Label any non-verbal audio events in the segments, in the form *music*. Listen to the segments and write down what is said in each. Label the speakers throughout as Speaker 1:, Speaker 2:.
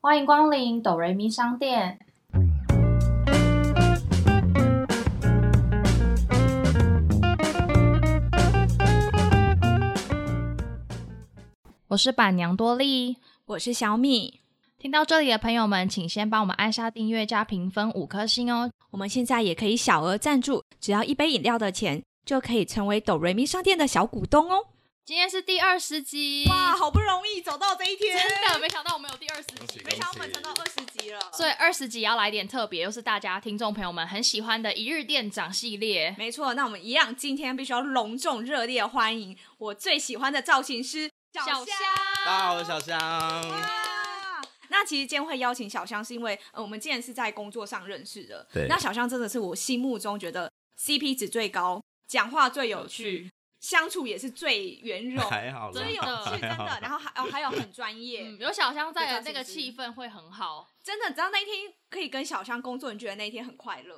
Speaker 1: 欢迎光临哆瑞咪商店。我是板娘多莉。
Speaker 2: 我是小米。
Speaker 1: 听到这里的朋友们，请先帮我们按下订阅加评分五颗星哦。
Speaker 2: 我们现在也可以小额赞助，只要一杯饮料的钱，就可以成为哆瑞咪商店的小股东哦。
Speaker 1: 今天是第二十集，
Speaker 2: 哇，好不容易走到这一天，
Speaker 1: 真的没想到我们有第二十
Speaker 3: 恭喜
Speaker 1: 集
Speaker 3: 恭
Speaker 2: 没。想到我们撑到二十集了。
Speaker 1: 所以二十集要来点特别，又是大家听众朋友们很喜欢的一日店长系列。
Speaker 2: 没错，那我们一样，今天必须要隆重热烈欢迎我最喜欢的造型师小
Speaker 1: 小
Speaker 2: 香。
Speaker 3: 大家好，我是小
Speaker 2: 哎
Speaker 3: 香。
Speaker 2: 哇那其实今天会邀请小香，是因为呃，我们既然是在工作上认识的，
Speaker 3: 对
Speaker 2: 那小香真的是我心目中觉得 CP 值最高，讲话最有趣，相处也是最圆融，
Speaker 3: 还好啦，
Speaker 2: 最有趣，真
Speaker 3: 还好
Speaker 2: 的。然后还哦，还有很专业，
Speaker 1: 嗯，有小香在的那个
Speaker 2: 有造型师
Speaker 1: 气氛会很好。
Speaker 2: 真的，只要那一天可以跟小香工作，你觉得那一天很快
Speaker 1: *laughs*
Speaker 2: 乐，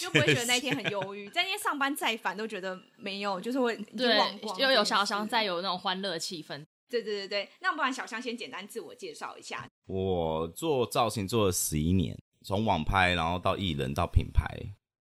Speaker 2: 就不会觉得那一天很忧郁。在那天上班再烦都觉得没有，就是会已经
Speaker 1: 对
Speaker 2: 忘光，
Speaker 1: 又有小香在，。有那种欢乐的气氛。
Speaker 2: 对对对对，那不然小香先简单自我介绍一下。
Speaker 3: 我做造型做了十一年，从网拍，然后到艺人，到品牌，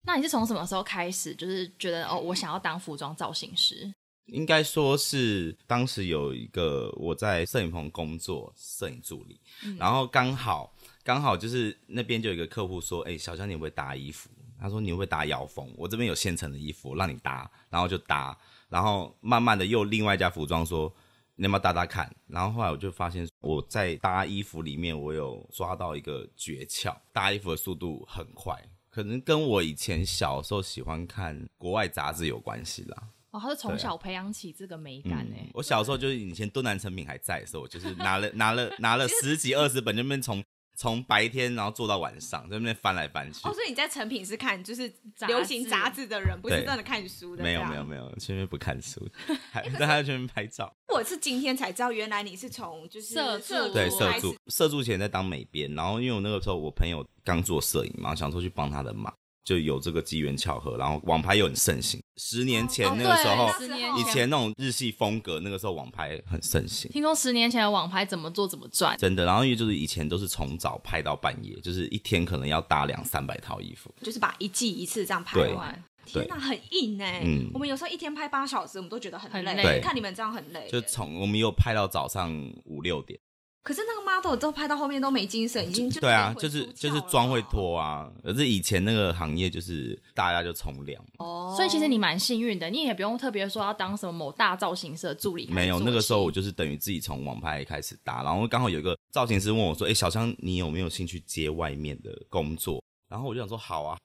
Speaker 1: 那你是从什么时候开始，就是觉得哦，我想要当服装造型师？
Speaker 3: 应该说是当时有一个我在摄影棚工作，摄影助理，然后刚好刚好就是那边就有一个客户说，哎、小香你会不会搭衣服？他说你会不会搭腰封？我这边有现成的衣服，我让你搭，然后就搭，然后慢慢的又另外一家服装说。你要不要搭搭看？然后后来我就发现，我在搭衣服里面，我有抓到一个诀窍，搭衣服的速度很快，可能跟我以前小时候喜欢看国外杂志有关系啦。
Speaker 1: 哦，他是从
Speaker 3: 对啊嗯
Speaker 1: 小培养起这个美感哎、
Speaker 3: 我小时候就是以前敦南成品还在的时候，我就是拿 *laughs* 了拿了拿了十几二十本，就那边从从白天然后做到晚上，在那边翻来翻去。
Speaker 2: 哦，所以你在成品是看就是
Speaker 1: 杂
Speaker 2: 流行
Speaker 1: 志
Speaker 2: 杂志的人，不是
Speaker 3: 对
Speaker 2: 真的看书的。
Speaker 3: 没有没有。没有，前面不看 *laughs* 书，还但他在前面拍照。
Speaker 2: 我是今天才知道，原来你是从就是
Speaker 1: 社畜
Speaker 2: 社
Speaker 3: 对，
Speaker 1: 我
Speaker 3: 社
Speaker 2: 开始
Speaker 3: 助社助前在当美编，然后因为我那个时候我朋友刚做摄影嘛，想说去帮他的忙，就有这个机缘巧合，然后网拍又很盛行。十年前
Speaker 1: 哦
Speaker 3: 那个时候，
Speaker 1: 对十年
Speaker 3: 以前那种日系风格，那个时候网拍很盛行。
Speaker 1: 听说十年前的网拍怎么做怎么赚，
Speaker 3: 真的，然后因为就是以前都是从早拍到半夜，就是一天可能要搭两三百套衣服。
Speaker 2: 就是把一季一次这样拍
Speaker 3: 对
Speaker 2: 完。
Speaker 3: 对
Speaker 2: 天呐，很硬哎、
Speaker 3: 嗯
Speaker 2: 我们有时候一天拍八小时，我们都觉得很
Speaker 1: 很
Speaker 2: 累。
Speaker 1: 累
Speaker 3: 对
Speaker 2: 看你们这样很累。
Speaker 3: 就从我们又拍到早上五六点，
Speaker 2: 可是那个 model 都拍到后面都没精神，已经就
Speaker 3: 对啊，
Speaker 2: 累
Speaker 3: 就
Speaker 2: 回
Speaker 3: 是
Speaker 2: 出窍
Speaker 3: 就
Speaker 2: 了
Speaker 3: 是妆会。脱啊，可是以前那个行业就是大家就从良，
Speaker 2: 哦
Speaker 1: 所以其实你蛮幸运的，你也不用特别说要当什么某大造型师的助理。
Speaker 3: 没有那个时候我
Speaker 1: 就
Speaker 3: 就是等于自己从网拍开始搭，然后刚好有一个造型师问我说：“哎、小香，你有没有兴趣接外面的工作？”然后我就想说：“好啊。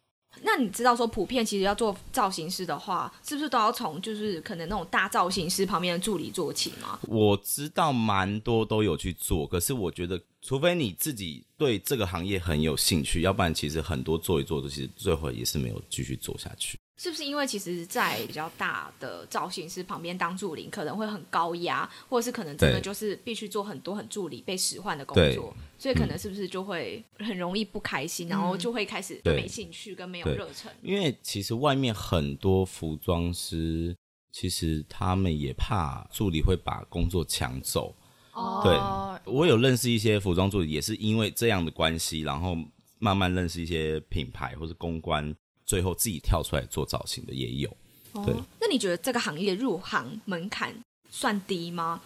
Speaker 2: 那你知道说，普遍其实要做造型师的话，是不是都要从就是可能那种大造型师旁边的助理做起吗？”
Speaker 3: 我知道蛮多都有去做，可是我觉得，除非你自己对这个行业很有兴趣，要不然其实很多做一做，其实最后也是没有继续做下去。
Speaker 2: 是不是因为其实，在比较大的造型师旁边当助理，可能会很高压，或者是可能真的
Speaker 3: 对
Speaker 2: 就是必须做很多很助理被使唤的工
Speaker 3: 对嗯
Speaker 2: 作，所以可能是不是就会很容易不开心，然后就会开始
Speaker 3: 对
Speaker 2: 没兴趣跟没有
Speaker 3: 对
Speaker 2: 热忱。
Speaker 3: 因为其实外面很多服装师，其实他们也怕助理会把工作抢走。对
Speaker 1: 哦，
Speaker 3: 我有认识一些服装助理，也是因为这样的关系，然后慢慢认识一些品牌或是公关，最后自己跳出来做造型的也有。对
Speaker 2: 哦，那你觉得这个行业入行门槛算低吗？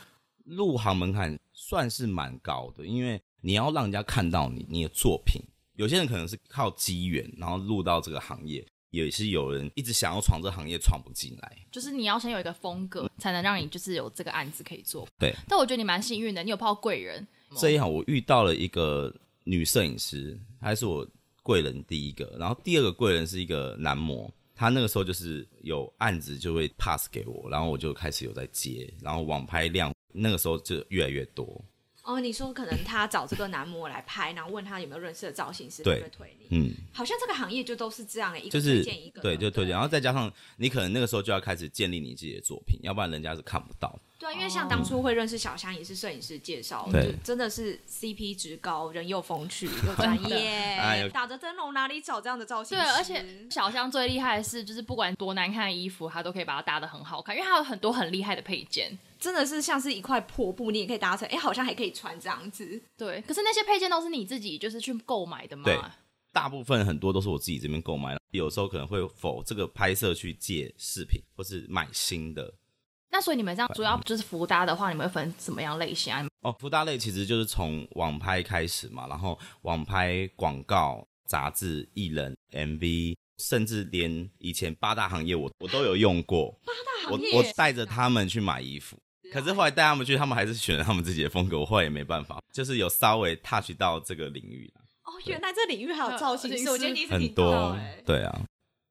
Speaker 3: 入行门槛算是蛮高的，因为你要让人家看到你你的作品。有些人可能是靠机缘，然后入到这个行业，也是有人一直想要闯这行业，闯不进来。
Speaker 1: 就是你要先有一个风格，才能让你就是有这个案子可以做。
Speaker 3: 对，
Speaker 1: 但我觉得你蛮幸运的，你有泡贵人。
Speaker 3: 这一行我遇到了一个女摄影师，她是我贵人第一个，然后第二个贵人是一个男模，他那个时候就是有案子就会 pass 给我，然后我就开始有在接，然后网拍量那个时候就越来越多，
Speaker 2: 哦，你说可能他找这个男模来拍，然后问他有没有认识的造型师，
Speaker 3: 对
Speaker 2: 会不会推你？
Speaker 3: 嗯，
Speaker 2: 好像这个行业就都是这样的，欸一
Speaker 3: 就
Speaker 2: 个推
Speaker 3: 是
Speaker 2: 荐一个，
Speaker 3: 对，就推荐，
Speaker 2: 不
Speaker 3: 然后再加上你可能那个时候就要开始建立你自己的作品，要不然人家是看不到，
Speaker 2: 对，啊因为像当
Speaker 1: 哦
Speaker 2: 初会认识小香也是摄影师介绍，
Speaker 3: 对
Speaker 2: 就真的是 CP 值高，人又风
Speaker 3: *laughs*
Speaker 2: 趣又专
Speaker 1: 真的
Speaker 3: 哎
Speaker 2: 业
Speaker 3: 呦，
Speaker 2: 打着灯笼哪里找这样的造型
Speaker 1: 对，
Speaker 2: 师？
Speaker 1: 而且小香最厉害的是，就是不管多难看的衣服，她都可以把它搭的很好看，因为她有很多很厉害的配件。
Speaker 2: 真的是像是一块破布，你也可以搭成，哎、好像还可以穿这样子。
Speaker 1: 对，可是那些配件都是你自己就是去购买的嘛？
Speaker 3: 对大部分很多都是我自己这边购买，有时候可能会否这个拍摄去借饰品，或是买新的。
Speaker 1: 那所以你们这样主要就是服搭的话，你们会分什么样类型啊？
Speaker 3: 哦，福大类其实就是从网拍开始嘛，然后网拍、广告、杂志、艺人、MV，甚至连以前八大行业我我都有用过。八大
Speaker 2: 行业
Speaker 3: 我我带着他们去买衣服，可是后来带他们去，他们还是选了他们自己的风格，我后来也没办法，就是有稍微 touch 到这个领域啦
Speaker 2: 哦，原来这领域还
Speaker 1: 呃
Speaker 2: 有造型师，我今天第一次
Speaker 3: 很
Speaker 2: 听到、
Speaker 3: 多
Speaker 2: 哎。
Speaker 1: 欸
Speaker 3: 对啊，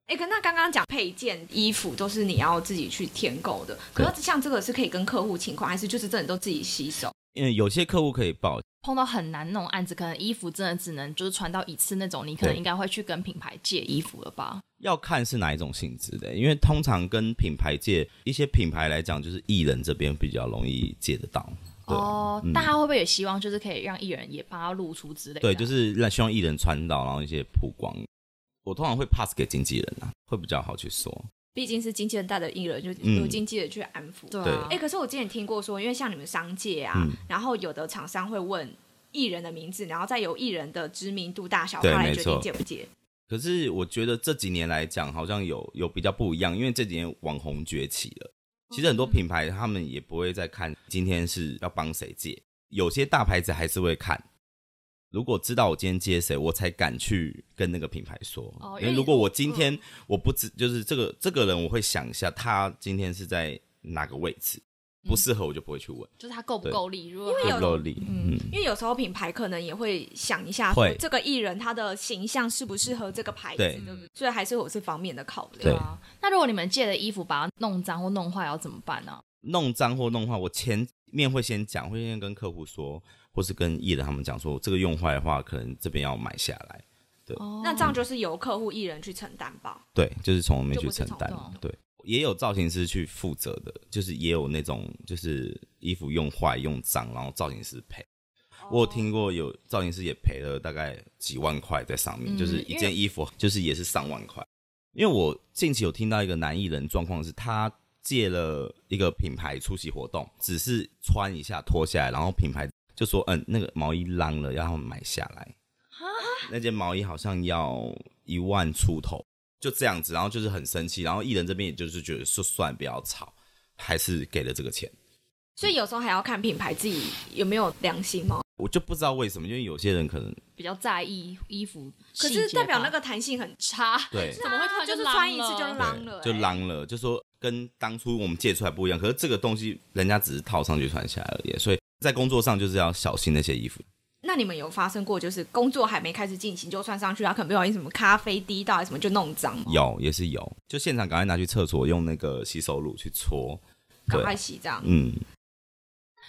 Speaker 2: 哎、可那刚刚讲配件、衣服都是你要自己去添购的，可是像这个是可以跟客户请款，还是就是真的都自己洗手？
Speaker 3: 因为有些客户可以报，
Speaker 1: 碰到很难那种案子，可能衣服真的只能就是穿到一次那种，你可能
Speaker 3: 对
Speaker 1: 应该会去跟品牌借衣服了吧？
Speaker 3: 要看是哪一种性质的，因为通常跟品牌借一些品牌来讲，就是艺人这边比较容易借得到。对啊
Speaker 1: 哦，大家会不会也希望就是可以让艺人也帮他露出之类的？
Speaker 3: 对，就是让希望艺人穿到，然后一些曝光。我通常会 pass 给经纪人啊，会比较好去说。
Speaker 2: 毕竟是经纪人带的艺人，就
Speaker 3: 嗯
Speaker 2: 由经纪人去安抚。
Speaker 1: 对
Speaker 3: 对
Speaker 1: 啊
Speaker 2: 哎、，可是我之前听过说，因为像你们商界啊，
Speaker 3: 嗯
Speaker 2: 然后有的厂商会问艺人的名字，然后再由艺人的知名度大小，
Speaker 3: 对
Speaker 2: 他来
Speaker 3: 没
Speaker 2: 决定
Speaker 3: 错
Speaker 2: 接不接。
Speaker 3: 可是我觉得这几年来讲，好像有有比较不一样，因为这几年网红崛起了，其实很多
Speaker 1: 嗯
Speaker 3: 品牌他们也不会再看今天是要帮谁借，有些大牌子还是会看。如果知道我今天接谁，我才敢去跟那个品牌说。
Speaker 1: 哦因为嗯
Speaker 3: 因为
Speaker 1: 你
Speaker 3: 如果我今天我不知，就是这个这个人，我会想一下他今天是在哪个位置，
Speaker 1: 嗯
Speaker 3: 不适合我就不会去问，
Speaker 1: 就是他够不够力？如果
Speaker 2: 因为
Speaker 3: 会
Speaker 2: 有
Speaker 3: 不露力。嗯，
Speaker 2: 因为有时候品牌可能也会想一下，说哎
Speaker 3: 会
Speaker 2: 这个艺人他的形象适不适合这个牌子，
Speaker 3: 对
Speaker 2: 对不对？所以还是有这方面的考量。
Speaker 3: 对
Speaker 1: 啊，那如果你们借的衣服把它弄脏或弄坏，要怎么办呢、
Speaker 3: 弄脏或弄坏，我前面会先讲，会先跟客户说，或是跟艺人他们讲说，这个用坏的话，可能这边要买下来。
Speaker 1: 哦，
Speaker 2: 那这样就是由客户艺人去承担吧。
Speaker 3: 对，就是从我们
Speaker 2: 就
Speaker 3: 去
Speaker 2: 不是
Speaker 3: 承
Speaker 2: 从
Speaker 3: 担
Speaker 1: 这种。
Speaker 3: 对，也有造型师去负责的，就是也有那种就是衣服用坏用脏，然后造型师赔。我有听过有造型师也赔了大概几万块在上面，
Speaker 1: 嗯
Speaker 3: 就是一件衣服就是也是上万块。因为我近期有听到一个男艺人状况是，他借了一个品牌出席活动，只是穿一下脱下来，然后品牌就说嗯那个毛衣烂了，要他们买下来。那件毛衣好像要一万出头，就这样子，然后就是很生气，然后艺人这边也就是觉得说算不要吵，还是给了这个钱。
Speaker 2: 所以有时候还要看品牌自己有没有良心哦。
Speaker 3: 我就不知道为什么，因为有些人可能
Speaker 1: 比较在意衣服
Speaker 2: 可
Speaker 1: 细节吧，
Speaker 2: 是代表那个弹性很啊
Speaker 1: 差，
Speaker 3: 对
Speaker 1: 怎么会突然
Speaker 2: 就是
Speaker 1: 浪
Speaker 2: 穿一次就
Speaker 1: 了
Speaker 3: 对
Speaker 2: 浪了、
Speaker 3: 就
Speaker 2: 哎
Speaker 3: 浪了，就说跟当初我们借出来不一样。可是这个东西人家只是套上去穿下来而已，所以在工作上就是要小心那些衣服。
Speaker 2: 那你们有发生过就是工作还没开始进行就穿上去，他可能不小心什么咖啡滴到还是什么就弄脏吗？
Speaker 3: 有也是有，就现场赶快拿去厕所用那个洗手乳去搓。
Speaker 2: 赶
Speaker 3: 对，
Speaker 2: 快洗这样。
Speaker 3: 嗯，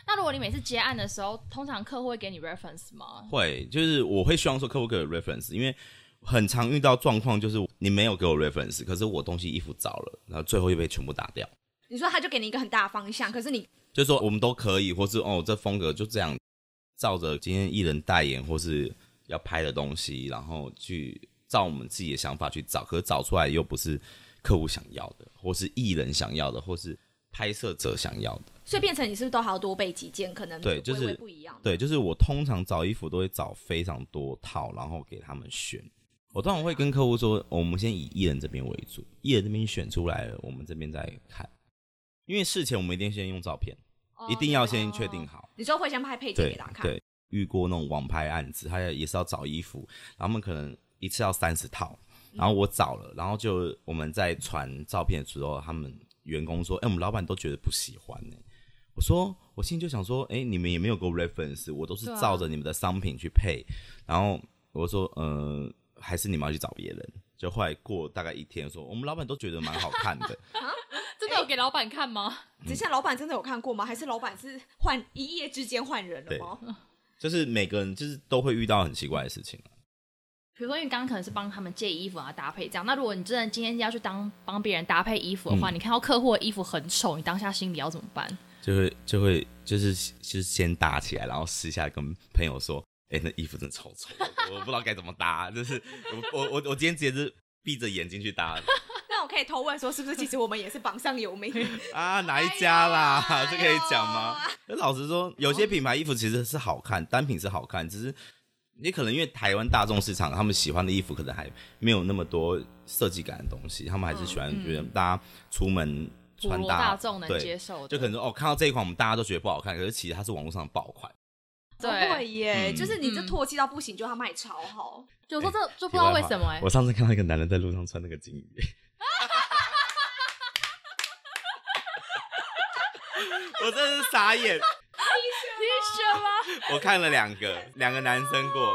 Speaker 1: 那如果你每次结案的时候，通常客户会给你 reference 吗？
Speaker 3: 会，就是我会希望说客户给我 reference，因为很常遇到状况就是你没有给我 reference，可是我东西衣服找了，然后最后又被全部打掉。
Speaker 2: 你说他就给你一个很大的方向，可是你
Speaker 3: 就是说我们都可以，或是哦这风格就这样，照着今天艺人代言或是要拍的东西，然后去照我们自己的想法去找，可是找出来又不是客户想要的，或是艺人想要的，或是拍摄者想要的。
Speaker 2: 所以变成你是不是都还要多备几件？可能
Speaker 3: 对就是
Speaker 2: 微微不一样。
Speaker 3: 对，就是我通常找衣服都会找非常多套，然后给他们选。我通常会跟客户说，哦我们先以艺人这边为主，艺人这边选出来了，我们这边再看。因为事前我们一定先用照片，一定要先确定好。
Speaker 2: 哦啊你说会先拍配件给他看，
Speaker 3: 对，遇过那种网拍案子，他也是要找衣服，然后他们可能一次要三十套，
Speaker 2: 嗯
Speaker 3: 然后我找了，然后就我们在传照片的时候，他们员工说：“哎、我们老板都觉得不喜欢呢、我说：“我心里就想说，哎、你们也没有给我 reference，我都是
Speaker 1: 对啊
Speaker 3: 照着你们的商品去配。然后我说：“嗯、还是你们要去找别人。”就后来过大概一天说我们老板都觉得蛮好看的，
Speaker 1: 真的有给老板看吗？
Speaker 3: 嗯
Speaker 2: 只是老板真的有看过吗？还是老板是换一夜之间换人了吗？
Speaker 3: 就是每个人就是都会遇到很奇怪的事情。
Speaker 1: 比如说，因为刚刚可能是帮他们借衣服啊搭配这样，那如果你真的今天要去当帮别人搭配衣服的话，你看到客户的衣服很丑，你当下心里要怎么办？
Speaker 3: 就会就会就是就是先搭起来，然后私下跟朋友说，哎、那衣服真的超丑， *laughs*
Speaker 1: *laughs*
Speaker 3: 我我不知道该怎么搭，就是我我我我今天直接是闭着眼睛去搭，
Speaker 2: *laughs* 那我可以以偷问说，是不是其实我们也是榜上有
Speaker 3: *laughs*
Speaker 2: 名？
Speaker 3: 啊，哪一家啦？
Speaker 2: 哎呦
Speaker 3: 啊这可以讲吗？
Speaker 2: *laughs*
Speaker 1: 嗯
Speaker 3: 可老实说，有些品牌衣服其实是好看，单品是好看，只是你可能因为台湾大众市场他们喜欢的衣服可能还没有那么多设计感的东西，他们还是喜欢觉得大家出门
Speaker 1: 普
Speaker 3: 穿
Speaker 1: 罗
Speaker 3: 搭
Speaker 1: 哦大众能
Speaker 3: 对
Speaker 1: 接受的，
Speaker 3: 就可能说哦，看到这一款我们大家都觉得不好看，可是其实它是网络上的爆款。
Speaker 1: 对，
Speaker 2: 耶，
Speaker 3: 嗯
Speaker 2: 就是你这
Speaker 1: 嗯
Speaker 2: 唾弃到不行，就他卖超好， *laughs*
Speaker 1: 有时候这就不知道为什么哎、
Speaker 3: 我上次看到一个男人在路上穿那个金鱼。 *laughs* 我真的是傻眼，
Speaker 1: 你什么？
Speaker 3: 我看了两个两个男生过，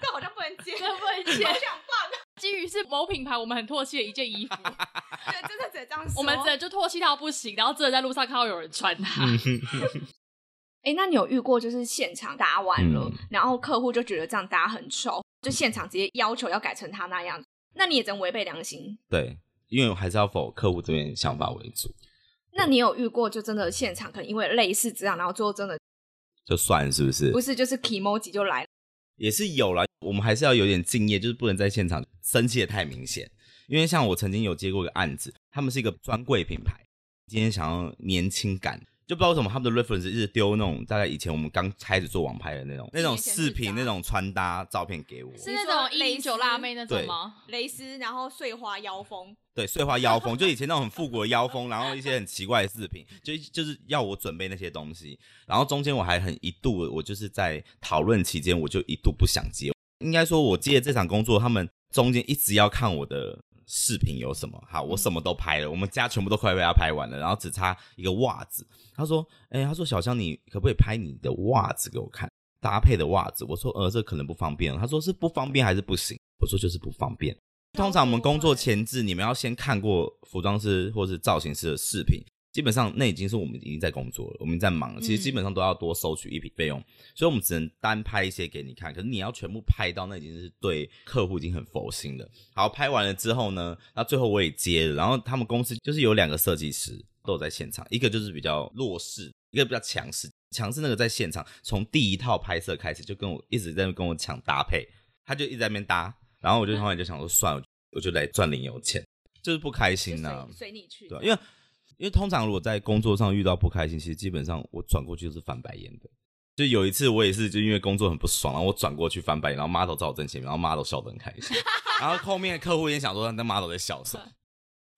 Speaker 2: 但好像不能
Speaker 1: *laughs*
Speaker 2: 接，
Speaker 1: 真不能
Speaker 2: 好
Speaker 1: 接。
Speaker 2: 想放，
Speaker 1: 基于是某品牌我们很唾弃的一件衣服，
Speaker 2: 对，真的只能这样说。
Speaker 1: 我们真的就唾弃到不行，然后真的在路上看到有人穿它，
Speaker 2: 哎、那你有遇过就是现场搭完了，
Speaker 3: 嗯
Speaker 2: 然后客户就觉得这样搭很丑，就现场直接要求要改成他那样，那你也真违背良心。
Speaker 3: 对，因为我还是要否客户这边想法为主，
Speaker 2: 那你有遇过就真的现场可能因为类似这样，然后最后真的
Speaker 3: 就算是不是？
Speaker 2: 不是就是 emoji 就来了，
Speaker 3: 也是有啦，我们还是要有点敬业，就是不能在现场生气的太明显。因为像我曾经有接过一个案子，他们是一个专柜品牌，今天想要年轻感。就不知道为什么他们的 reference 一直丢那种大概以前我们刚开始做网拍的那种那种饰品、那种穿搭照片给我，
Speaker 1: 是那种
Speaker 2: 你
Speaker 1: 一
Speaker 2: 说类
Speaker 1: 零
Speaker 2: 似
Speaker 1: 九辣妹那种
Speaker 3: 对
Speaker 1: 吗？
Speaker 2: 蕾丝，然后碎花腰封，
Speaker 3: 对，碎花腰封，就以前那种很复古的腰封，然后一些很奇怪的饰品，就就是要我准备那些东西。然后中间我还很一度，我就是在讨论期间，我就一度不想接。应该说，我接这场工作，他们中间一直要看我的视频有什么。好，我什么都拍了，我们家全部都快被他拍完了，然后只差一个袜子。他说：“哎、他说小香，你可不可以拍你的袜子给我看？搭配的袜子。”我说：“呃，这可能不方便。”他说：“是不方便还是不行？”我说：“就是不方便。”通常我们工作前置，你们要先看过服装师或是造型师的视频，基本上那已经是我们已经在工作了，我们已经在忙了。其实基本上都要多收取一笔费用，所以我们只能单拍一些给你看。可是你要全部拍到，那已经是对客户已经很佛心了。好，拍完了之后呢，那最后我也接了，然后他们公司就是有两个设计师都有在现场，一个就是比较弱势，一个比较强势。强势那个在现场，从第一套拍摄开始就跟我一直在那边跟我抢搭配，他就一直在那边搭，然后我就后来就想说，算了，我就来赚零用钱，就是不开
Speaker 2: 就
Speaker 3: 心呐、
Speaker 2: 随随你去。
Speaker 3: 对啊、因为因为通常如果在工作上遇到不开心，其实基本上我转过去就是翻白眼的。就有一次我也是，就因为工作很不爽，然后我转过去翻白眼，然后 model 在我正前面，然后 model 笑得很开心，然后后面的客户也想说那 model 在笑什么。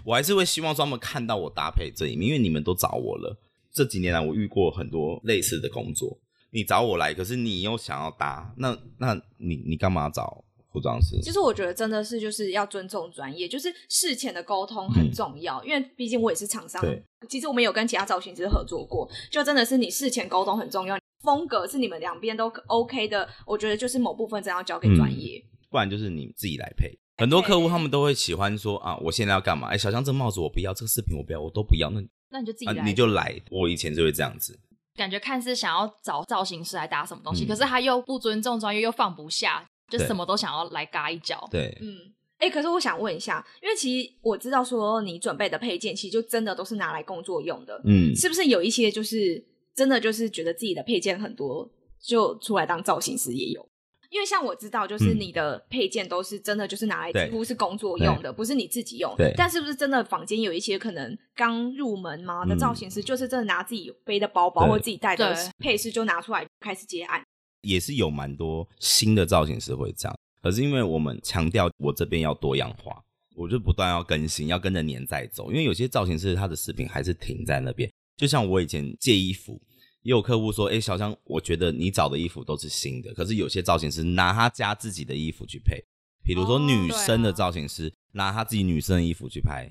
Speaker 3: 我还是会希望说他们看到我搭配这一面，因为你们都找我了。这几年来我遇过很多类似的工作，你找我来，可是你又想要搭，那那你你干嘛找服装师？
Speaker 2: 其实我觉得真的是就是要尊重专业，就是事前的沟通很重要，因为毕竟我也是厂商
Speaker 3: 对。
Speaker 2: 其实我们有跟其他造型师合作过，就真的是你事前沟通很重要，风格是你们两边都 OK 的，我觉得就是某部分真的要交给专业。
Speaker 3: 不然就是你自己来配。很多客户他们都会喜欢说啊，我现在要干嘛？哎、小香这帽子我不要，这个饰品我不要，我都不要。那
Speaker 1: 那你就自己
Speaker 3: 啊
Speaker 1: 来，
Speaker 3: 你就来。我以前就会这样子，
Speaker 1: 感觉看似想要找造型师来搭什么东西，
Speaker 3: 嗯
Speaker 1: 可是他又不尊重专业，又放不下，就
Speaker 3: 对
Speaker 1: 什么都想要来嘎一脚。
Speaker 3: 对，
Speaker 2: 嗯，哎、可是我想问一下，因为其实我知道说你准备的配件，其实就真的都是拿来工作用的，
Speaker 3: 嗯，
Speaker 2: 是不是有一些就是真的就是觉得自己的配件很多，就出来当造型师也有？因为像我知道，就是
Speaker 3: 嗯
Speaker 2: 你的配件都是真的，就是拿来
Speaker 3: 对
Speaker 2: 几乎是工作用的，不是你自己用。
Speaker 3: 对
Speaker 2: 但是不是真的房间有一些可能刚入门嘛的
Speaker 3: 嗯
Speaker 2: 造型师，就是真的拿自己背的包包
Speaker 3: 对
Speaker 2: 或自己带的
Speaker 1: 对
Speaker 2: 配饰就拿出来开始接案。
Speaker 3: 也是有蛮多新的造型师会这样。可是因为我们强调我这边要多样化，我就不断要更新，要跟着年代走。因为有些造型师他的饰品还是停在那边，就像我以前借衣服，也有客户说：“哎、小香，我觉得你找的衣服都是新的，可是有些造型师拿他家自己的衣服去配，比如说
Speaker 2: 哦
Speaker 3: 女
Speaker 1: 对啊
Speaker 3: 生的造型师、拿他自己女生的衣服去拍。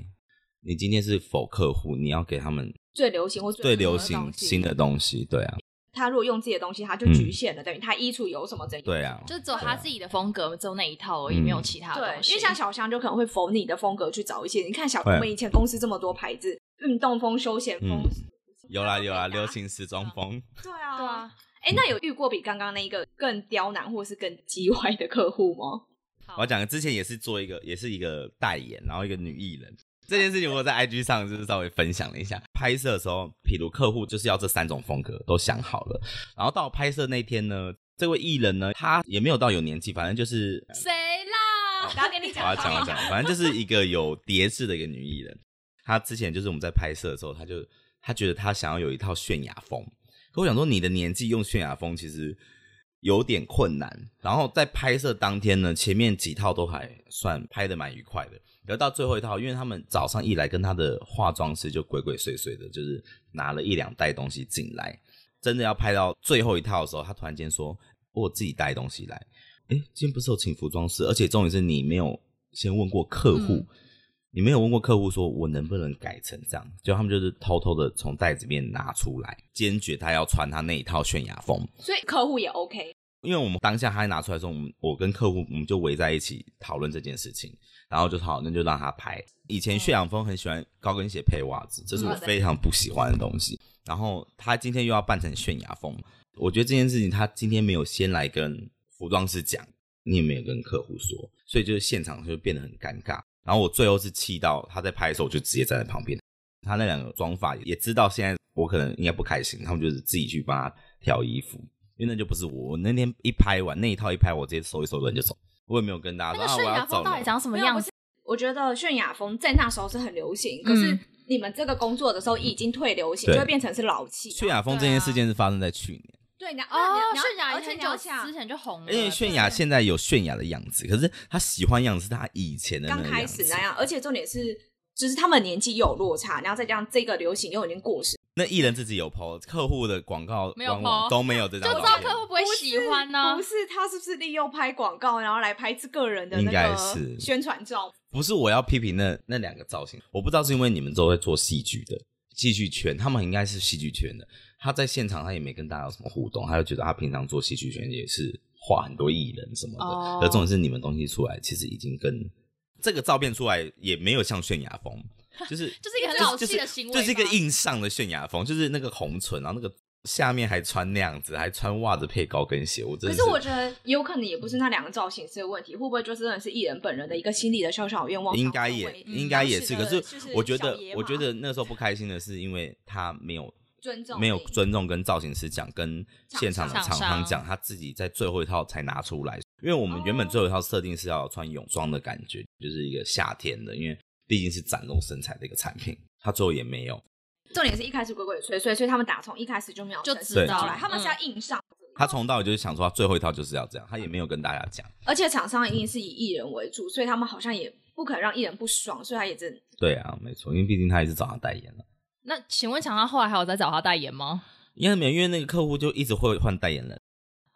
Speaker 3: 你今天是否客户？你要给他们
Speaker 2: 最流行或
Speaker 3: 最
Speaker 2: 最
Speaker 3: 流
Speaker 2: 火的
Speaker 3: 行
Speaker 2: 东西
Speaker 3: 新的东西，对啊，
Speaker 2: 他如果用自己的东西，他就
Speaker 3: 嗯
Speaker 2: 局限了，等于他衣橱有什么这
Speaker 3: 对啊，
Speaker 1: 就只有他自己的风格，只有那一套而已，
Speaker 3: 嗯
Speaker 1: 没有其他的
Speaker 2: 啊对
Speaker 1: 东，西。
Speaker 2: 因为像小香就可能会否你的风格去找一些。你看小我
Speaker 3: 会
Speaker 2: 们以前公司这么多牌子，运动风、休闲风
Speaker 3: 嗯，有啦
Speaker 2: 都可以
Speaker 3: 有啦，
Speaker 2: 搭
Speaker 3: 流。行时装风。
Speaker 2: 对啊，
Speaker 1: 对。啊，
Speaker 2: 哎，那有遇过比刚刚那一个更刁难或是更叽歪的客户吗？
Speaker 1: 好
Speaker 3: 我要讲的之前也是做一个，也是一个代言，然后一个女艺人这件事情，
Speaker 2: *laughs*
Speaker 3: 我在 IG 上就是稍微分享了一下。拍摄的时候，譬如客户就是要这三种风格都想好了，然后到拍摄那天呢，这位艺人呢，她也没有到有年纪，反正就是
Speaker 1: 谁啦？
Speaker 2: 然后跟你
Speaker 3: 我
Speaker 2: 讲，
Speaker 3: 要讲我讲，反正就是一个有叠字的一个女艺人。她之前就是我们在拍摄的时候，她就她觉得她想要有一套泫雅风，可我想说你的年纪用泫雅风其实有点困难。然后在拍摄当天呢，前面几套都还算拍的蛮愉快的，然后到最后一套，因为他们早上一来跟她的化妆师就鬼鬼祟祟的，就是拿了一两袋东西进来。真的要拍到最后一套的时候，她突然间说：“我有自己带东西来。”哎，今天不是有请服装师，而且重点是你没有先问过客户，
Speaker 1: 嗯
Speaker 3: 你没有问过客户说我能不能改成这样，就他们就是偷偷的从袋子里面拿出来，坚决他要穿他那一套泫雅风。
Speaker 2: *laughs* 所以客户也 OK。
Speaker 3: 因为我们当下他拿出来的时候，我们我跟客户我们就围在一起讨论这件事情，然后就说好，那就让他拍。以前泫雅风很喜欢高跟鞋配袜子，这是我
Speaker 2: 嗯好的
Speaker 3: 非常不喜欢的东西。然后他今天又要扮成泫雅风，我觉得这件事情他今天没有先来跟服装师讲，你也没有跟客户说，所以就是现场就变得很尴尬。然后我最后是气到他在拍的时候，我就直接站在旁边。他那两个妆发也知道现在我可能应该不开心，他们就是自己去帮他挑衣服，因为那就不是我。我那天一拍完那一套一拍，我直接收一收人就走，我也没有跟大
Speaker 1: 那
Speaker 3: 家说
Speaker 1: 个泫
Speaker 3: 啊，我
Speaker 1: 雅
Speaker 3: 要走
Speaker 1: 风到底
Speaker 3: 了。
Speaker 1: 长什么
Speaker 2: 没有
Speaker 1: 样
Speaker 2: 不
Speaker 1: 子
Speaker 2: 是？我觉得泫雅风在那时候是很流行，可是
Speaker 1: 嗯
Speaker 2: 你们这个工作的时候已经退流行，
Speaker 3: 对
Speaker 2: 就会变成是老气。
Speaker 3: 泫雅风
Speaker 1: 啊
Speaker 3: 这件事件是发生在去年。
Speaker 2: 对，然后
Speaker 1: 哦，
Speaker 2: 然后
Speaker 1: 泫雅
Speaker 2: 而
Speaker 1: 很
Speaker 2: 且
Speaker 1: 早
Speaker 2: 脚下
Speaker 1: 之前就红了，
Speaker 3: 因为泫雅现在有泫雅的样子，可是她喜欢样子是她以前的那
Speaker 2: 刚
Speaker 3: 个
Speaker 2: 开
Speaker 3: 样子
Speaker 2: 始。那样，而且重点是，就是他们年纪有落差，然后再加上这个流行又已经过时，
Speaker 3: 那艺人自己有 PO，客户的广告
Speaker 1: 没有
Speaker 3: 官网
Speaker 1: po
Speaker 3: 都没有这
Speaker 1: 就
Speaker 3: 张
Speaker 1: 知
Speaker 3: 照
Speaker 1: 道
Speaker 3: 片，
Speaker 1: 客户不会喜欢哦呢
Speaker 2: 不。是他是不是利用拍广告，然后来拍自个人的
Speaker 3: 应
Speaker 2: 那
Speaker 3: 该
Speaker 2: 个
Speaker 3: 是
Speaker 2: 宣传照？
Speaker 3: 不是我要批评那那两个造型，我不知道是因为你们都在做戏剧的戏剧圈，他们应该是戏剧圈的。他在现场他也没跟大家有什么互动，他就觉得他平常做戏剧圈也是画很多艺人什么的。
Speaker 1: 哦
Speaker 3: 而重点是你们东西出来，其实已经跟这个照片出来也没有像泫雅
Speaker 1: *laughs*
Speaker 3: 风，就是
Speaker 1: 就是一个很老气的行为
Speaker 3: 就是一个
Speaker 1: 嘛
Speaker 3: 硬上的泫雅风，就是那个红唇，然后那个下面还穿那样子，还穿袜子配高跟鞋，我真
Speaker 2: 可
Speaker 3: 的
Speaker 2: 是我觉得有可能也不是那两个造型师的问题，会不会就真的是艺人本人的一个心理的小小愿望？
Speaker 3: 应该也应该也是，
Speaker 2: 是，
Speaker 3: 可是
Speaker 2: 嗯就是
Speaker 3: 我觉
Speaker 2: 小
Speaker 3: 得
Speaker 2: 野
Speaker 3: 我
Speaker 2: 马
Speaker 3: 觉得那时候不开心的是，因为他没有
Speaker 2: 尊重
Speaker 3: 没有
Speaker 2: 你
Speaker 3: 尊重跟造型师讲，跟现场的
Speaker 1: 厂
Speaker 3: 厂
Speaker 1: 商
Speaker 3: 商讲，他自己在最后一套才拿出来。因为我们原本最后一套设定是要穿泳装的感觉，就是一个夏天的，因为毕竟是展露身材的一个产品，他最后也没有。
Speaker 2: 重点是一开始鬼鬼祟祟，所以他们打从一开始就没有
Speaker 1: 就
Speaker 2: 呈现
Speaker 1: 知
Speaker 3: 道
Speaker 2: 出来，
Speaker 1: 了
Speaker 2: 他们是要
Speaker 1: 嗯
Speaker 2: 硬上，
Speaker 3: 他从头到尾就是想说，他最后一套就是要这样，他也没有跟大家讲。
Speaker 2: 而且厂商一定是以艺人为主，所以他们好像也不可能让艺人不爽，所以他也真
Speaker 3: 对啊，没错，因为毕竟他也是找他代言了。
Speaker 1: 那请问厂商后来还有在找他代言吗？
Speaker 3: 因为没有，因为那个客户就一直会换代言人，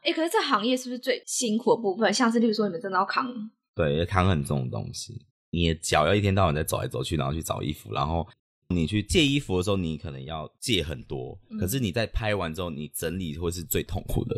Speaker 2: 哎、可是这行业是不是最辛苦的部分？像是例如说，你们真的要扛，
Speaker 3: 对，扛很重的东西，你的脚要一天到晚在走来走去，然后去找衣服，然后你去借衣服的时候，你可能要借很多，可
Speaker 1: 嗯
Speaker 3: 是你在拍完之后，你整理会是最痛苦的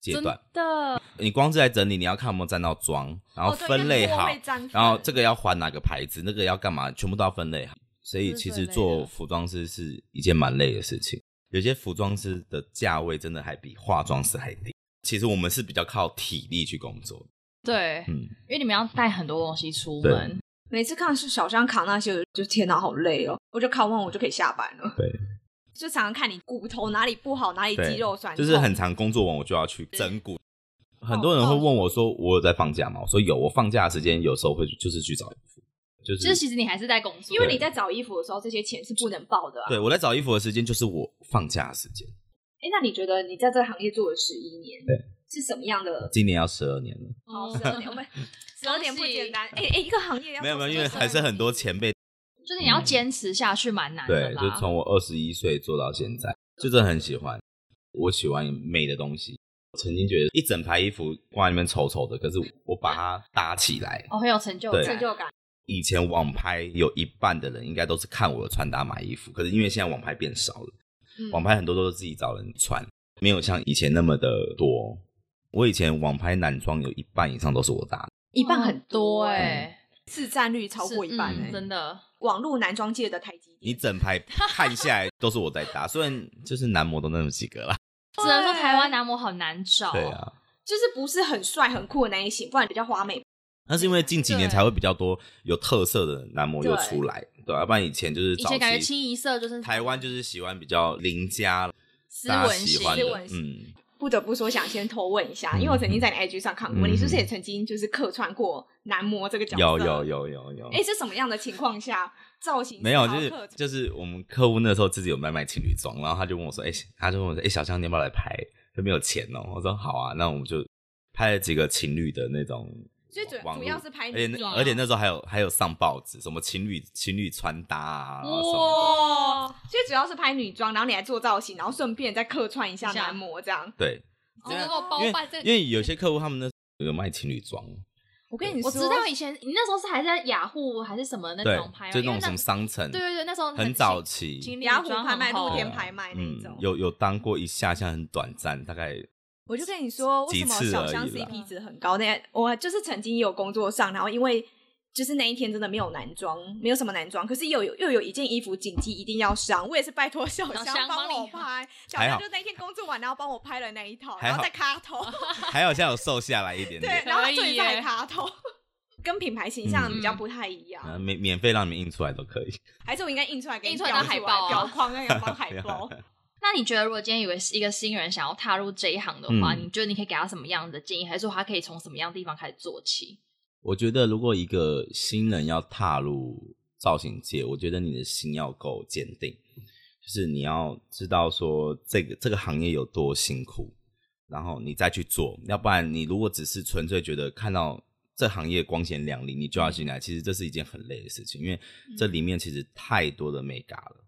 Speaker 3: 阶
Speaker 1: 真
Speaker 3: 段。
Speaker 1: 的，
Speaker 3: 你光是在整理，你要看有没有沾到妆，然后
Speaker 2: 哦对
Speaker 3: 分类
Speaker 2: 因为
Speaker 3: 好
Speaker 2: 锅会沾，
Speaker 3: 然后
Speaker 2: 粉
Speaker 3: 这个要还哪个牌子，那个要干嘛，全部都要分类好。所以
Speaker 1: 这是
Speaker 3: 其
Speaker 1: 最
Speaker 3: 实
Speaker 1: 累
Speaker 3: 做
Speaker 1: 的
Speaker 3: 服装师是一件蛮累的事情，有些服装师的价位真的还比化妆师还低。其实我们是比较靠体力去工作，
Speaker 1: 对，
Speaker 3: 嗯，
Speaker 1: 因为你们要带很多东西出
Speaker 3: 对
Speaker 1: 门，
Speaker 2: 每次看是小香扛那些，我就天哪，好累哦！我就扛完我就可以下班了。
Speaker 3: 对，
Speaker 2: 就常常看你骨头哪里不好，哪里
Speaker 3: 对
Speaker 2: 肌肉酸痛，
Speaker 3: 就是很常工作完我就要去整骨。很多人会问我说：“我有在放假吗？”我说：“有，我放假的时间有时候会就是去找衣服，就
Speaker 1: 就是
Speaker 3: 是
Speaker 1: 其实你还是在工作，
Speaker 2: 因为你在找衣服的时候，这些钱是不能报的啊。
Speaker 3: 对我在找衣服的时间就是我放假的时间。
Speaker 2: 哎，那你觉得你在这个行业做了十一年，
Speaker 3: 对，
Speaker 2: 是什么样的？
Speaker 3: 今年要十二年了，
Speaker 2: 哦，十二年，
Speaker 1: *laughs*
Speaker 2: 我们十二年不简单。哎哎，一个行业要
Speaker 3: 没有没
Speaker 2: 做
Speaker 3: 有，因
Speaker 2: 12
Speaker 3: 为还是很多前辈
Speaker 1: 就是你要坚持下去，蛮难的
Speaker 3: 嗯对，
Speaker 1: 啦。
Speaker 3: 就从我二十一岁做到现在，就真的很喜欢。我喜欢美的东西，我曾经觉得一整排衣服挂在那边丑丑的，可是我把它搭起来。
Speaker 1: 哦，很有成就
Speaker 3: 对
Speaker 1: 感，
Speaker 2: 成就感。
Speaker 3: 以前网拍有一半的人应该都是看我的穿搭买衣服，可是因为现在网拍变少了。
Speaker 2: 嗯
Speaker 3: 网拍很多都是自己找人穿，没有像以前那么的多。我以前网拍男装有一半以上都是我搭的，
Speaker 2: 一半很
Speaker 1: 哦多
Speaker 2: 哎、
Speaker 1: 哎，
Speaker 2: 市占率超过一半
Speaker 1: 是
Speaker 2: 哎、
Speaker 1: 嗯真的。
Speaker 2: 网络男装界的台积
Speaker 3: 你
Speaker 2: 电。
Speaker 3: 整排看下来都是我在搭，虽然就是男模都那么几个啦。
Speaker 1: 只能说台湾男模好难找，哦
Speaker 3: 对，啊，
Speaker 2: 就是不是很帅很酷的那一型，不然比较花美。
Speaker 3: 那是因为近几年才会比较多有特色的男模又出来，对啊，要不然以前就是
Speaker 1: 以
Speaker 3: 早
Speaker 1: 前感觉
Speaker 3: 期
Speaker 1: 清一色就是
Speaker 3: 台湾就是喜欢比较邻家
Speaker 1: 斯
Speaker 3: 大家
Speaker 1: 文
Speaker 3: 喜
Speaker 1: 型
Speaker 3: 欢的
Speaker 2: 斯文，型
Speaker 3: 嗯，
Speaker 2: 不得不说想先偷问一下，因为我曾经在你 IG 上看过，
Speaker 3: 嗯
Speaker 2: 你是不是也曾经就是客串过男模这个角色？
Speaker 3: 有有。有有有，
Speaker 2: 哎，是什么样的情况下造型
Speaker 3: 没有，
Speaker 2: 是
Speaker 3: 就
Speaker 2: 靠
Speaker 3: 是
Speaker 2: 客串
Speaker 3: 就是我们客户那时候自己有在卖情侣装，然后他就问我说：“哎、他就问我说：‘哎、小香，你要不要来拍？’就没有钱哦、我说：‘好啊。’那我们就拍了几个情侣的那种
Speaker 2: 所以主
Speaker 3: 网
Speaker 2: 主
Speaker 3: 络
Speaker 2: 要是拍
Speaker 3: 而且
Speaker 2: 女
Speaker 3: 那
Speaker 2: 装啊，
Speaker 3: 而且那时候还有还有上报纸，什么情侣情侣穿搭啊，然后什么的
Speaker 2: 哇，所以主要是拍女装，然后你来做造型，然后顺便再客串一下
Speaker 1: 是啊
Speaker 2: 男模这样。
Speaker 3: 对，
Speaker 1: 哦，
Speaker 3: 对啊
Speaker 1: 能够包
Speaker 3: 因为
Speaker 1: 办这个
Speaker 3: 因为有些客户他们那有卖情侣装，
Speaker 2: 我跟你说，
Speaker 1: 我知道以前你那时候是还在雅虎还是什么那
Speaker 3: 对
Speaker 1: 种拍，嘛，
Speaker 3: 就
Speaker 1: 因
Speaker 3: 那
Speaker 1: 为
Speaker 3: 种什么商城，
Speaker 1: 对对对，那时候
Speaker 3: 很
Speaker 1: 很
Speaker 3: 早
Speaker 1: 期，
Speaker 3: 期，
Speaker 1: 情侣
Speaker 2: 雅虎
Speaker 1: 装
Speaker 2: 拍
Speaker 1: 很
Speaker 2: 卖、露
Speaker 1: 红
Speaker 2: 天
Speaker 3: 对啊
Speaker 2: 拍卖那一
Speaker 3: 嗯
Speaker 2: 种，。
Speaker 3: 有有当过一下下，很短暂，大概
Speaker 2: 我就跟你说，为
Speaker 3: 几
Speaker 2: 什么
Speaker 3: 次
Speaker 2: 小
Speaker 3: 而
Speaker 2: 香
Speaker 3: 已啦
Speaker 2: CP 值很高？那我就是曾经也有工作上，然后因为就是那一天真的没有男装，没有什么男装，可是又有又有一件衣服紧急一定要上，我也是拜托小
Speaker 1: 小香
Speaker 2: 香帮
Speaker 1: 帮
Speaker 2: 我
Speaker 1: 你
Speaker 3: *laughs*
Speaker 2: 拍，小
Speaker 3: 还好
Speaker 2: 香就那一天工作完，然后帮我拍了那一套，
Speaker 3: 还
Speaker 2: 然
Speaker 3: 好
Speaker 2: 后再卡头，
Speaker 3: 还好像有瘦下来一点
Speaker 1: *laughs*
Speaker 2: 对 *laughs*
Speaker 3: 点，，
Speaker 2: 然后
Speaker 1: 哦可以
Speaker 2: 最
Speaker 1: 耶
Speaker 2: 在卡头，跟品牌形象
Speaker 3: 嗯
Speaker 2: 比较不太一样，
Speaker 3: 啊免免费让你们印出来都可以。
Speaker 2: 还是我应该印出来给你
Speaker 1: 印出来当
Speaker 2: 标
Speaker 1: 海报啊
Speaker 2: 裱框那个当
Speaker 3: *laughs* 啊
Speaker 2: 海报。 *laughs*
Speaker 1: 那你觉得，如果今天有个一个新人想要踏入这一行的话，
Speaker 3: 嗯
Speaker 1: 你觉得你可以给他什么样的建议，还是说他可以从什么样的地方开始做起？
Speaker 3: 我觉得如果一个新人要踏入造型界，我觉得你的心要够坚定，就是你要知道说这个这个行业有多辛苦，然后你再去做，要不然你如果只是纯粹觉得看到这行业光鲜亮丽，你就要进来，其实这是一件很累的事情，因为
Speaker 2: 嗯
Speaker 3: 这里面其实太多的美感了，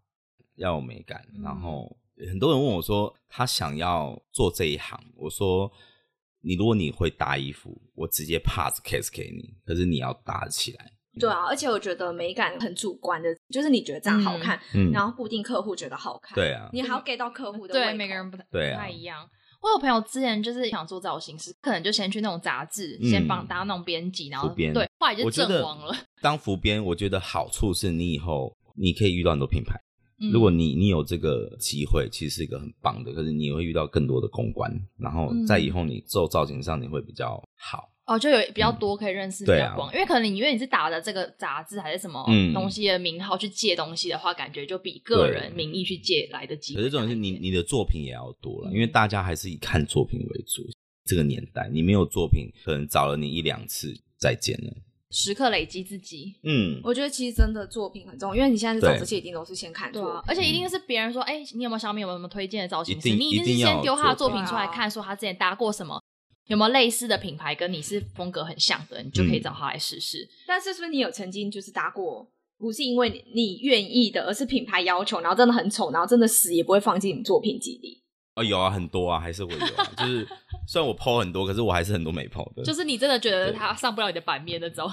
Speaker 3: 要有美感。
Speaker 1: 嗯
Speaker 3: 然后很多人问我说，他想要做这一行，我说你如果你会搭衣服，我直接 pass case 给你，可是你要搭得起来。
Speaker 2: 对啊，而且我觉得美感很主观的，就是你觉得这样好看，
Speaker 3: 嗯，
Speaker 2: 然后不一定客户觉得好看。
Speaker 3: 对啊，
Speaker 2: 你还要 get 到客户的胃
Speaker 1: 对，
Speaker 2: 口
Speaker 1: 每个人不太
Speaker 3: 对啊
Speaker 1: 不太一样。我有朋友之前就是想做造型师，可能就先去那种杂志，
Speaker 3: 嗯
Speaker 1: 先帮当那种编辑，然后
Speaker 3: 副编
Speaker 1: 对，后来就
Speaker 3: 我觉
Speaker 1: 阵 *laughs*
Speaker 3: 得
Speaker 1: 亡了。
Speaker 3: 当服编，我觉得好处是你以后你可以遇到很多品牌。
Speaker 1: 嗯
Speaker 3: 如果你你有这个机会，其实是一个很棒的，可是你也会遇到更多的公关，然后
Speaker 1: 嗯
Speaker 3: 在以后你做造型上你会比较好。
Speaker 1: 哦，就有比较多可以认识，比
Speaker 3: 嗯对
Speaker 1: 较
Speaker 3: 啊
Speaker 1: 广，因为可能你因为你是打着这个杂志还是什么
Speaker 3: 嗯
Speaker 1: 东西的名号去借东西的话，感觉就比个
Speaker 3: 对
Speaker 1: 人名义去借来的机
Speaker 3: 可
Speaker 1: 会
Speaker 3: 是
Speaker 1: 大一点。
Speaker 3: 重点是你你的作品也要多了，
Speaker 1: 嗯
Speaker 3: 因为大家还是以看作品为主。这个年代，你没有作品，可能找了你一两次再见了。
Speaker 1: 时刻累积自己，
Speaker 3: 嗯，
Speaker 2: 我觉得其实真的作品很重要，因为你现在是走
Speaker 3: 对
Speaker 2: 这些，一定都是先看
Speaker 1: 对
Speaker 2: 作
Speaker 1: 啊
Speaker 2: 品，。
Speaker 1: 而且一定是别人说，哎、你有没有小米有没有什么推荐的造型
Speaker 3: 嗯一
Speaker 1: 师？
Speaker 3: 定
Speaker 1: 你一
Speaker 3: 一
Speaker 1: 定
Speaker 3: 定
Speaker 1: 是
Speaker 3: 要
Speaker 1: 先丢他的
Speaker 3: 做
Speaker 1: 作品出来
Speaker 2: 对啊
Speaker 1: 看，说他之前搭过什么，有没有类似的品牌跟你是风格很像的，你就可以
Speaker 3: 嗯
Speaker 1: 找他来试试。
Speaker 2: 但是是不是你有曾经就是搭过，不是因为你你愿意的，而是品牌要求，然后真的很丑，然后真的死也不会放进你作品集里？
Speaker 3: 哦，有啊，很多啊，还是会有啊。就是 *laughs* 虽然我 PO 很多，可是我还是很多没 PO 的，
Speaker 1: 就是你真的觉得
Speaker 3: 对
Speaker 1: 他上不了你的版面那种，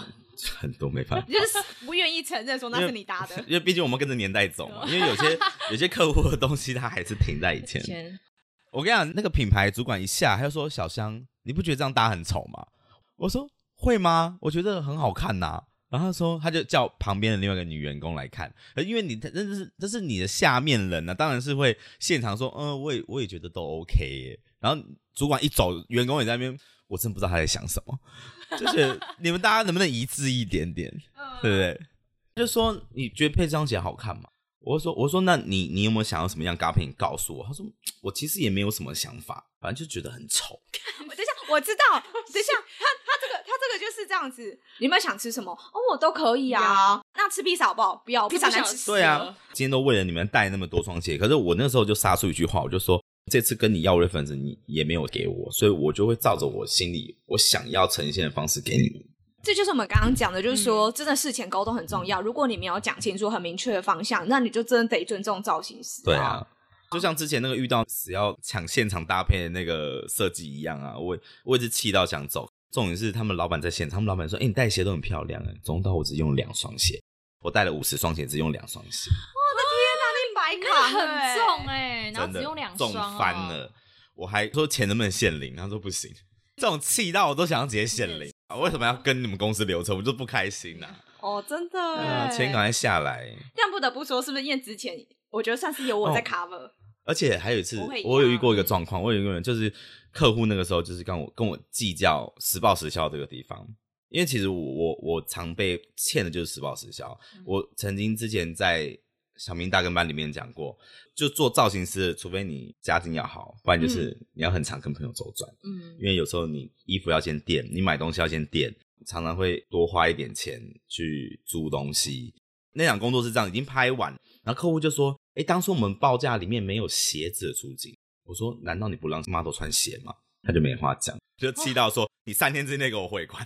Speaker 3: 很多没办法。
Speaker 2: 你就是不愿意承认说那
Speaker 3: 因为
Speaker 2: 是你搭的
Speaker 3: *laughs* 。因为毕竟我们跟着年代走嘛，因为有些有些客户的东西，他还是停在以前。
Speaker 1: 前
Speaker 3: 我跟你讲，那个品牌主管一下，他就说：“小香，你不觉得这样搭很丑吗？”我说：“会吗？我觉得很好看呐、然后他说，他就叫旁边的另外一个女员工来看，呃因为你那这是这是你的下面人呢、当然是会现场说，嗯，我也我也觉得都 OK 耶。然后主管一走，员工也在那边，我真不知道他在想什么，就是 *laughs* 你们大家能不能一致一点点，对不对？就说你觉得配这双鞋好看吗？我就说，我说，那你你有没有想要什么样搭配？你告诉我。他说，我其实也没有什么想法，反正就觉得很丑。
Speaker 2: *laughs* 我等一下，我知道，等一 *laughs* 下，他他这个他这个就是这样子。你有没有想吃什么？哦，我都可以啊。那吃披萨好不好？不要，披萨难吃死
Speaker 3: 对
Speaker 2: 了。
Speaker 3: 啊，今天都为了你们带那么多双鞋，可是我那时候就杀出一句话，我就说这次跟你要 reference 你也没有给我，所以我就会照着我心里我想要呈现的方式给你们。
Speaker 2: 这就是我们刚刚讲的，
Speaker 1: 嗯
Speaker 2: 就是说，真的事前沟通很重要。如果你没有讲清楚很明确的方向，那你就真的得尊重造型师、
Speaker 3: 对啊，，就像之前那个遇到只要抢现场搭配的那个设计一样啊，我我也是气到想走。重点是他们老板在现场，他们老板说：“哎、你带鞋都很漂亮哎、从头到我只用两双鞋，我带了五十双鞋，只用两双鞋。”
Speaker 2: 白
Speaker 1: 那
Speaker 2: 欸
Speaker 1: 个
Speaker 2: 卡
Speaker 1: 很重哎、然后
Speaker 3: 真
Speaker 1: 只
Speaker 3: 的
Speaker 1: 用两
Speaker 3: 中
Speaker 1: 双、哦，
Speaker 3: 翻了。我还说钱能不能现领，他说不行，这种气到我都想要直接现领。啊为什么要跟你们公司流程？我就不开心呐、
Speaker 2: 哦，真的
Speaker 3: 对啊，
Speaker 2: 哎、
Speaker 3: 钱赶快下来。
Speaker 2: 但不得不说，是不是验之前，我觉得算是有我在
Speaker 3: 哦
Speaker 2: cover，、
Speaker 3: 而且还有一次
Speaker 2: 不会，
Speaker 3: 我有遇过一个
Speaker 1: 嗯
Speaker 3: 状况，我有一个人就是客户那个时候就是跟我跟我计较实报实销这个地方，因
Speaker 1: 嗯
Speaker 3: 为其实我我我常被欠的就是实报实销。我曾经之前在小明大跟班里面讲过，就做造型师，除非你家境要好，不然就是你要很常跟朋友周转，
Speaker 1: 嗯，
Speaker 3: 因为有时候你衣服要先垫，你买东西要先垫，常常会多花一点钱去租东西。那场工作是这样，已经拍完，然后客户就说：“哎，当初我们报价里面没有鞋子的租金。”我说：“难道你不让 model 穿鞋吗？”他就没话讲，就气到说：“你三天之内给我汇款。”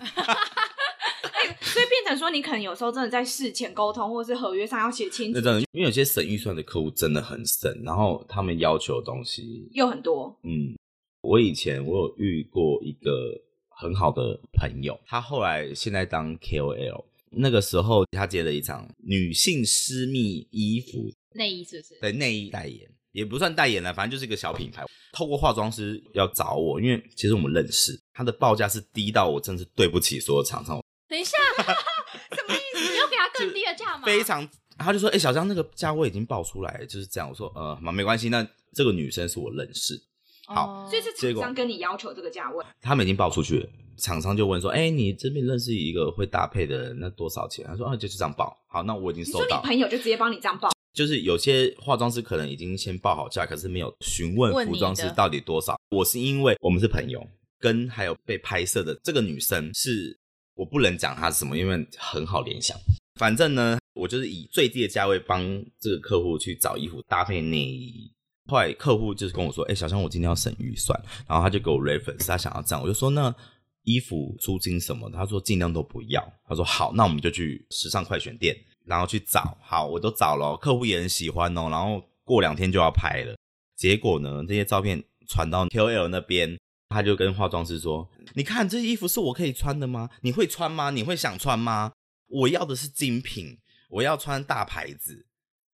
Speaker 2: 所以变成说，你可能有时候真的在事前沟通，或是合约上要写清
Speaker 3: 那
Speaker 2: 楚，
Speaker 3: 真的，因为有些省预算的客户真的很省，然后他们要求的东西，
Speaker 2: 又很多。
Speaker 3: 嗯，我以前我有遇过一个很好的朋友，他后来现在当 KOL，那个时候他接了一场女性私密衣服
Speaker 1: 内衣是不是？
Speaker 3: 的内衣代言，也不算代言了，反正就是一个小品牌。透过化妆师要找我，因为其实我们认识，他的报价是低到我真是对不起所有厂商，
Speaker 1: 等一下，什么意思？你要给他更低的价吗？
Speaker 3: 非常，他就说：“哎、小张那个价位已经报出来了，就是这样。”我说：“呃，好没关系，那这个女生是我认识，好
Speaker 1: 哦
Speaker 2: 所以是
Speaker 3: 结
Speaker 2: 厂
Speaker 3: 果
Speaker 2: 商跟你要求这个价位，
Speaker 3: 他们已经报出去了。”厂商就问说：“哎、你这边认识一个会搭配的人，那多少钱？”他说：“啊，就是这样报。”好，那我已经
Speaker 2: 你
Speaker 3: 收
Speaker 2: 说你
Speaker 3: 到。
Speaker 2: 朋友就直接帮你这样报，
Speaker 3: 就是有些化妆师可能已经先报好价，可是没有询问
Speaker 1: 问你
Speaker 3: 服
Speaker 1: 的
Speaker 3: 装师到底多少。我是因为我们是朋友，跟还有被拍摄的这个女生是，我不能讲她是什么，因为很好联想。反正呢，我就是以最低的价位帮这个客户去找衣服搭配内衣。后来客户就是跟我说：“哎、小香，我今天要省预算。”然后他就给我 reference，他想要这样，我就说那衣服、租金什么的，他说尽量都不要。他说好，那我们就去时尚快选店，然后去找。好，我都找了哦，客户也很喜欢哦。然后过两天就要拍了，结果呢，这些照片传到 KOL 那边。他就跟化妆师说：“你看这衣服是我可以穿的吗？你会穿吗？你会想穿吗？我要的是精品，我要穿大牌子。”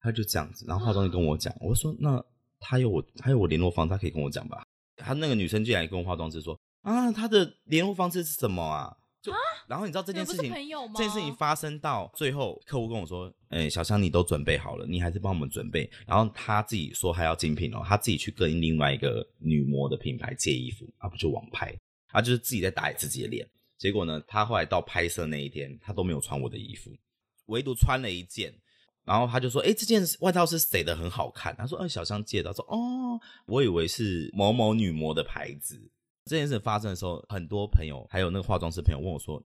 Speaker 3: 他就这样子，
Speaker 1: 嗯
Speaker 3: 然后化妆师跟我讲，我就说：“那他有我，他有我联络方式，他可以跟我讲吧。”他那个女生竟然跟化妆师说：“啊，他的联络方式是什么啊？”就然后你知道这
Speaker 1: 你们
Speaker 3: 件
Speaker 1: 不
Speaker 3: 事
Speaker 1: 是
Speaker 3: 情，
Speaker 1: 朋友吗
Speaker 3: 这件事情发生到最后，客户跟我说：“哎、小香，你都准备好了，你还是帮我们准备。”然后他自己说还要精品哦，他自己去跟另外一个女模的品牌借衣服，啊，不就网拍，他就是自己在打自己的脸。结果呢，他后来到拍摄那一天，他都没有穿我的衣服，唯独穿了一件。然后他就说：“哎、这件外套是谁的？很好看。”他说：“嗯，小香借的。”说：“哦，我以为是某某女模的牌子。”这件事发生的时候，很多朋友还有那个化妆师朋友问我说：“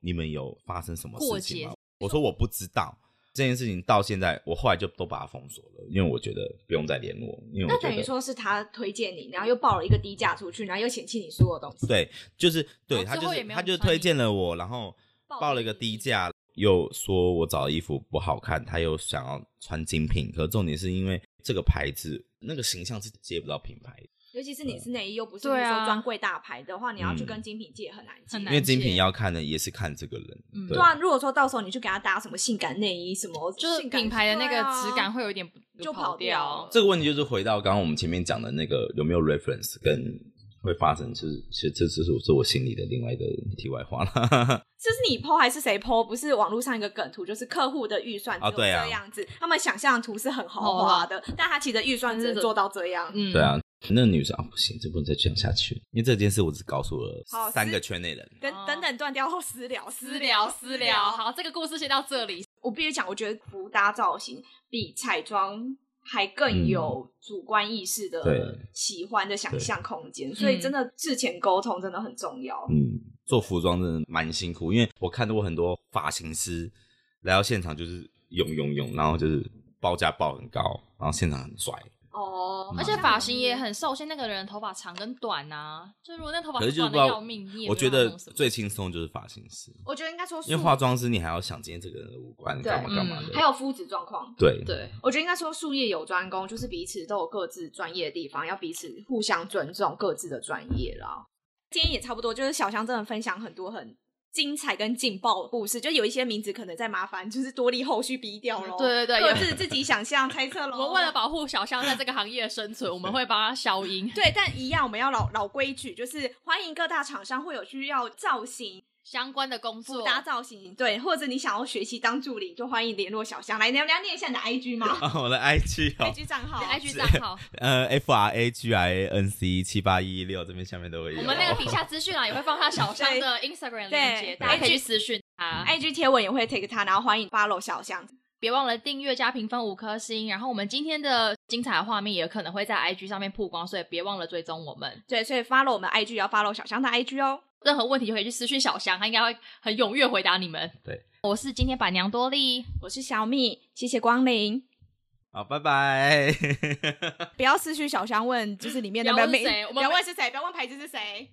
Speaker 3: 你们有发生什么事情吗
Speaker 1: 过节？”
Speaker 3: 我说：“我不知道。”这件事情到现在，我后来就都把它封锁了，因为我觉得不用再联络，因为
Speaker 2: 那
Speaker 3: 我觉
Speaker 2: 等于
Speaker 3: 得
Speaker 2: 说是他推荐你，然后又报了一个低价出去，然后又嫌弃你所有东西。
Speaker 3: 对，就是对
Speaker 1: 然
Speaker 3: 他
Speaker 1: 后最
Speaker 3: 就
Speaker 1: 后
Speaker 3: 是
Speaker 1: 也没有
Speaker 3: 他就
Speaker 1: 穿
Speaker 3: 推
Speaker 1: 你
Speaker 3: 荐了我，然后报了一个低价，又说我找的衣服不好看，他又想要穿精品，可是重点是因为这个牌子那个形象是接不到品牌，
Speaker 2: 尤其是你是内衣又不是
Speaker 1: 对啊
Speaker 2: 说专柜大牌的话，你要去
Speaker 3: 嗯
Speaker 2: 跟精品借很难借
Speaker 1: 很
Speaker 3: 因
Speaker 1: 难
Speaker 3: 为精品
Speaker 1: 解
Speaker 3: 要看的也是看这个人，
Speaker 1: 嗯
Speaker 3: 对
Speaker 2: 对啊，如果说到时候你去给他搭什么性感内衣，什么
Speaker 1: 就是
Speaker 2: 性感
Speaker 1: 品牌的那个质感，会有一点
Speaker 2: 就跑
Speaker 1: 跑
Speaker 2: 掉了
Speaker 3: 这个问题就是回到刚刚我们前面讲的那个有没有 reference 跟会发生，就是其实这就是我是我心里的另外一个题外话了。
Speaker 2: 这是你 PO 还是谁 PO？不是网络上一个梗图，就是客户的预算只
Speaker 3: 啊
Speaker 2: 有
Speaker 3: 对啊
Speaker 2: 这样子，他们想象图是很豪华的，但他其实预算只能做到这样。
Speaker 1: 哦嗯，
Speaker 3: *laughs* 对，啊，那个女生啊不行，这不能再这样下去，因为这件事我只告诉了
Speaker 2: 好
Speaker 3: 三
Speaker 2: 是
Speaker 3: 个圈内人。
Speaker 2: 等
Speaker 1: 哦
Speaker 2: 等等断掉后私聊，私
Speaker 1: 私聊私聊，。好，这个故事先到这里。
Speaker 2: 我必须讲，我觉得服搭造型比彩妆还更有主观意识的
Speaker 3: 嗯对
Speaker 2: 喜欢的想象空间，所以真的事前沟通真的很重要。
Speaker 3: 嗯，做服装真的蛮辛苦，因为我看到过很多发型师来到现场就是用用用，然后就是报价报很高，然后现场很拽，
Speaker 2: 哦，
Speaker 3: 嗯
Speaker 1: 而且发型也很受限，那个人头发长跟短啊，就如果那头发
Speaker 3: 可是就
Speaker 1: 短
Speaker 3: 是不知
Speaker 1: 的
Speaker 3: 道
Speaker 1: 要命，你也
Speaker 3: 我
Speaker 1: 不知
Speaker 3: 觉
Speaker 1: 道
Speaker 3: 得
Speaker 1: 弄什么
Speaker 3: 最轻松就是发型师，
Speaker 2: 我觉得应该说素，
Speaker 3: 因为化妆师你还要想今天这个人的五官
Speaker 2: 对
Speaker 3: 干嘛干嘛
Speaker 1: 嗯
Speaker 3: 的，
Speaker 2: 还有肤质状况。
Speaker 3: 对 *laughs*
Speaker 1: 对，
Speaker 2: 我觉得应该说术业有专攻，就是彼此都有各自专业的地方，要彼此互相尊重各自的专业啦。今天也差不多，就是小香真的分享很多很精彩跟劲爆的故事，就有一些名字可能在麻烦，就是多利后续逼掉喽。
Speaker 1: 对对对
Speaker 2: 各
Speaker 1: 有
Speaker 2: 自自己想象猜测喽。
Speaker 1: *laughs* 我们为了保护小象在这个行业的生
Speaker 3: *laughs*
Speaker 1: 存，我们会帮他消音。
Speaker 2: *laughs*
Speaker 1: *laughs*
Speaker 2: 对，但一样我们要老老规矩，就是欢迎各大厂商会有需要造型、
Speaker 1: 相关的工
Speaker 2: 辅
Speaker 1: 作，
Speaker 2: 搭造型，对，或者你想要学习当助理，就欢迎联络小香。来，你要你要念一下你的 IG *laughs* 吗、
Speaker 3: 啊，我的 IG 哦
Speaker 2: i，g 账号
Speaker 1: IG 账
Speaker 3: *laughs*
Speaker 1: 号，
Speaker 3: 呃，F R A G I A N C 七八一六这边下面都会有。
Speaker 1: 我们那个底下资讯啊也会放他小象的 Instagram 链接，
Speaker 2: 对
Speaker 1: 大家可以去私讯他。
Speaker 2: IG 贴文也会 take 他，然后欢迎 follow 小象。
Speaker 1: 别忘了订阅加评分五颗星。然后我们今天的精彩的画面也可能会在 IG 上面曝光，所以别忘了追踪我们。
Speaker 2: 对，所以 follow 我们 IG 也要 follow 小香的 IG 哦。
Speaker 1: 任何问题就可以去私讯小香，他应该会很踊跃回答你们。
Speaker 3: 对，
Speaker 1: 我是今天板娘多莉，
Speaker 2: 我是小米，谢谢光临。
Speaker 3: 好，拜拜。
Speaker 2: 不要失去小香问，就是里面的
Speaker 1: 不要问
Speaker 2: 每
Speaker 1: 是谁我们
Speaker 2: 不要问是谁，不要问牌子是谁。